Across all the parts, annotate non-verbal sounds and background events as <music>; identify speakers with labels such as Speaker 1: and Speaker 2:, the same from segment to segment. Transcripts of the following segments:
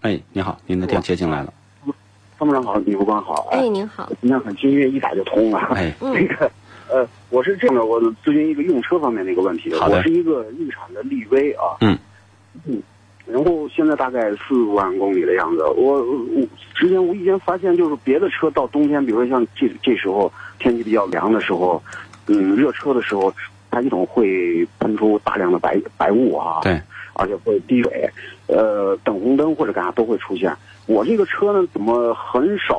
Speaker 1: 哎，你好，您的电接进来了，
Speaker 2: 参谋长好，女副官好，
Speaker 3: 哎，您好，
Speaker 2: 今天很亲切，一打就通了。
Speaker 1: 哎，
Speaker 2: <laughs> 那个，呃，我是这样的，我咨询一个用车方面的一个问题。
Speaker 1: 好的
Speaker 2: 我是一个日产的力威啊，
Speaker 1: 嗯
Speaker 2: 嗯，然后现在大概四万公里的样子。我我之前无意间发现，就是别的车到冬天，比如说像这这时候天气比较凉的时候，嗯，热车的时候，排气筒会喷出大量的白白雾啊。
Speaker 1: 对，
Speaker 2: 而且会滴水，呃，等红灯或者干啥都会出现。我这个车呢，怎么很少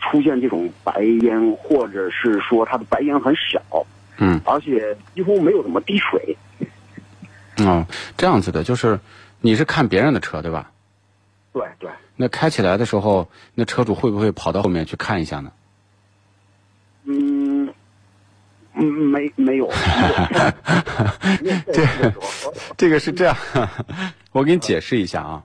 Speaker 2: 出现这种白烟，或者是说它的白烟很小，
Speaker 1: 嗯，
Speaker 2: 而且几乎没有怎么滴水。
Speaker 1: 哦，这样子的，就是你是看别人的车对吧？
Speaker 2: 对对，
Speaker 1: 那开起来的时候，那车主会不会跑到后面去看一下呢？
Speaker 2: 嗯。嗯，没没有，没有 <laughs> 这个
Speaker 1: 这个是这样， <laughs> 我给你解释一下啊，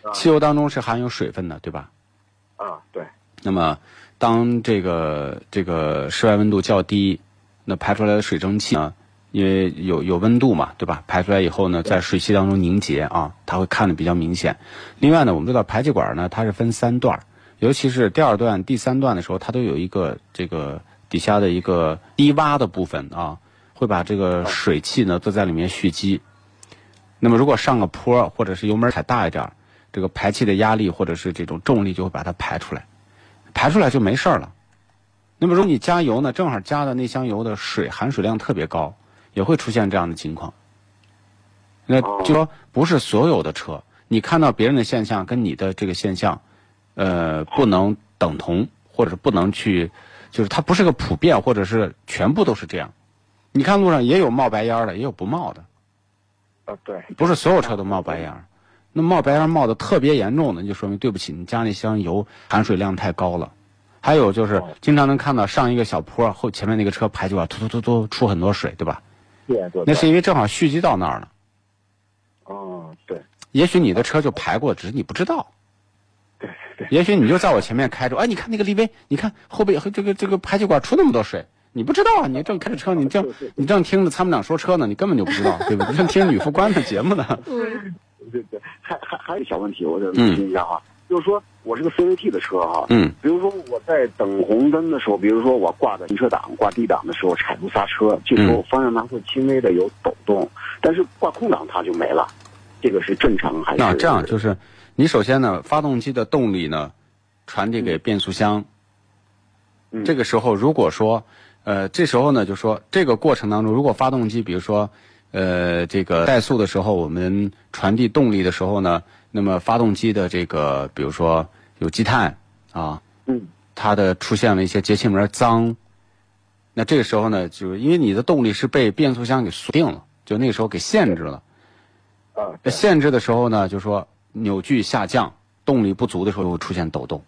Speaker 2: 啊
Speaker 1: 汽油当中是含有水分的，对吧？
Speaker 2: <laughs> 啊，对，
Speaker 1: 那么当这个这个室外温度较低，那排出来的水蒸气呢，因为有有温度嘛，对吧？排出来以后呢，在水汽当中凝结啊，它会看得比较明显。另外呢，我们知道排气管呢，它是分三段儿，尤其是第二段、第三段的时候，它都有一个这个底下的一个低洼的部分啊，会把这个水汽呢都在里面蓄积。那么如果上个坡儿或者是油门踩大一点儿，这个排气的压力或者是这种重力就会把它排出来。排出来就没事儿了。那么如果你加油呢，正好加的那箱油的水含水量特别高，也会出现这样的情况。那就说不是所有的车，你看到别人的现象跟你的这个现象，呃，不能等同，或者是不能去，就是它不是个普遍，或者是全部都是这样。你看路上也有冒白烟儿的，也有不冒的，
Speaker 2: 啊对，
Speaker 1: 不是所有车都冒白烟儿。那冒白烟儿冒的特别严重的，那就说明对不起，你加那箱油含水量太高了。还有就是
Speaker 2: 哦
Speaker 1: 经常能看到上一个小坡后前面那个车排气管突突突突出很多水，对吧？
Speaker 2: 对对，
Speaker 1: 那是因为正好蓄积到那儿了。
Speaker 2: 嗯，对
Speaker 1: 也许你的车就排过，只是你不知道。
Speaker 2: 对对，
Speaker 1: 也许你就在我前面开着，哎，你看那个力威，你看后背这个这个排气管出那么多水，你不知道啊？你正开着车，你
Speaker 2: <laughs>
Speaker 1: 正你正听着参谋长说车呢，你根本就不知道，对吧？你正听女副官的节目呢。
Speaker 2: 对对，还还还有一小问题，我得
Speaker 1: 嗯
Speaker 2: 问一下哈，就是说我是个 CVT 的车哈，
Speaker 1: 嗯
Speaker 2: 比如说我在等红灯的时候，比如说我挂在行车档、挂 D 档的时候踩住刹车，这时候方向盘会轻微的有抖动，但是挂空档它就没了，这个是正常还是？
Speaker 1: 啊那这样就是，你首先呢，发动机的动力呢，传递给变速箱。
Speaker 2: 嗯
Speaker 1: 这个时候，如果说，呃，这时候呢，就说这个过程当中，如果发动机，比如说，呃，这个怠速的时候，我们传递动力的时候呢，那么发动机的这个，比如说有积碳啊，
Speaker 2: 嗯
Speaker 1: 它的出现了一些节气门脏，那这个时候呢，就是因为你的动力是被变速箱给锁定了，就那个时候给限制了。
Speaker 2: 啊
Speaker 1: 那限制的时候呢，就说扭矩下降，动力不足的时候会出现抖动。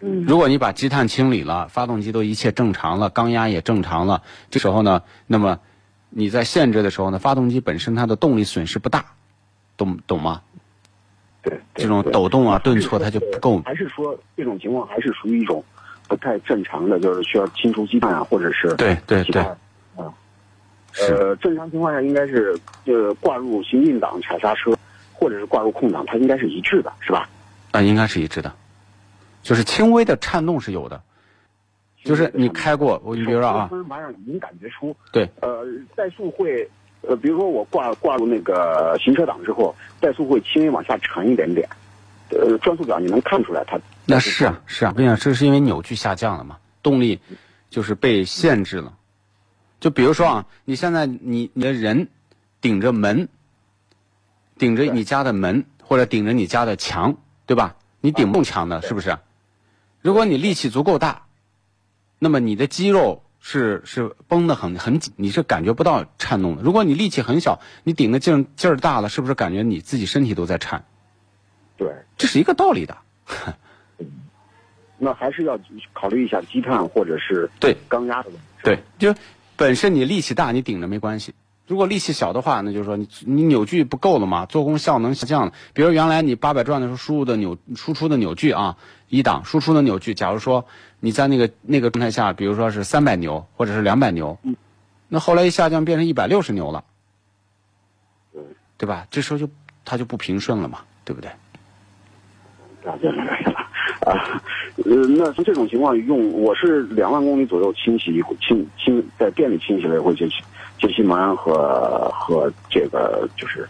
Speaker 3: 嗯
Speaker 1: 如果你把积碳清理了，发动机都一切正常了，缸压也正常了，这时候呢，那么你在限制的时候呢，发动机本身它的动力损失不大，懂懂吗？
Speaker 2: 对对
Speaker 1: 这种
Speaker 2: 对
Speaker 1: 抖动啊、顿挫它就不够。
Speaker 2: 还是说这种情况还是属于一种不太正常的，就是需要清除积碳啊，或者是
Speaker 1: 对对
Speaker 2: 其他
Speaker 1: 对，
Speaker 2: 啊，
Speaker 1: 是
Speaker 2: 呃，正常情况下应该是呃挂入行进档踩刹车，或者是挂入空档，它应该是一致的，是吧？
Speaker 1: 啊，应该是一致的，就是轻微的颤动是有的，就是你开过，我你比如说啊
Speaker 2: 方，向盘上能感觉出，
Speaker 1: 对，
Speaker 2: 呃，怠速会，呃，比如说我挂挂入那个行车档之后，怠速会轻微往下沉一点点，呃，转速表你能看出来它
Speaker 1: 那是啊，是啊，我跟你讲，这是因为扭矩下降了嘛，动力就是被限制了。就比如说啊，你现在你你的人顶着门，顶着你家的门或者顶着你家的墙，对吧？你顶不动墙的，是不是？如果你力气足够大，那么你的肌肉是是绷得很很紧，你是感觉不到颤动的。如果你力气很小，你顶的劲儿劲儿大了，是不是感觉你自己身体都在颤？
Speaker 2: 对，
Speaker 1: 这是一个道理的。
Speaker 2: 那还是要考虑一下积碳或者是
Speaker 1: 对
Speaker 2: 钢压的问题。
Speaker 1: 对，就本身你力气大，你顶着没关系。如果力气小的话，那就是说你你扭矩不够了嘛，做工效能下降了。比如原来你八百转的时候输入的扭输出的扭矩啊，一档输出的扭矩，假如说你在那个那个状态下，比如说是三百牛或者是两百牛，那后来一下降变成一百六十牛了，对吧？这时候就它就不平顺了嘛，对不对？
Speaker 2: 了解了，了解了。啊，呃，那像这种情况用，我是两万公里左右清洗一回，清清在店里清洗了一回节气节气门和和这个就是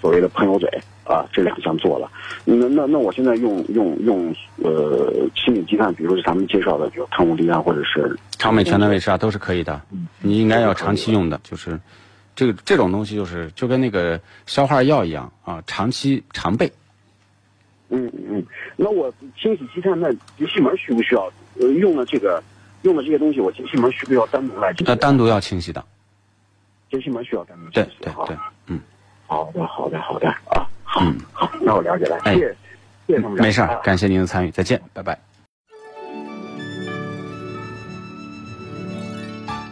Speaker 2: 所谓的喷油嘴啊，这两项做了。那那那我现在用用用呃清理积碳，比如是咱们介绍的，比如碳雾滴啊，或者是
Speaker 1: 长美全单位是啊，都是可以的。你应该要长期用的，就是这个这种东西，就是就跟那个消化药一样啊，长期常备。
Speaker 2: 嗯嗯，那我清洗积碳，那节气门需不需要？呃，用了这个，用了这些东西，我节气门需不需要单独来清洗？
Speaker 1: 那呃单独要清洗的，
Speaker 2: 节气门需要单独清
Speaker 1: 对
Speaker 2: 洗
Speaker 1: 对
Speaker 2: 哈
Speaker 1: 对，嗯，
Speaker 2: 好的，好的，好的啊，好，好，那我了解了，
Speaker 1: 哎
Speaker 2: 谢谢，谢谢参谋长，
Speaker 1: 没事儿
Speaker 2: 啊，
Speaker 1: 感谢您的参与，再见，拜拜。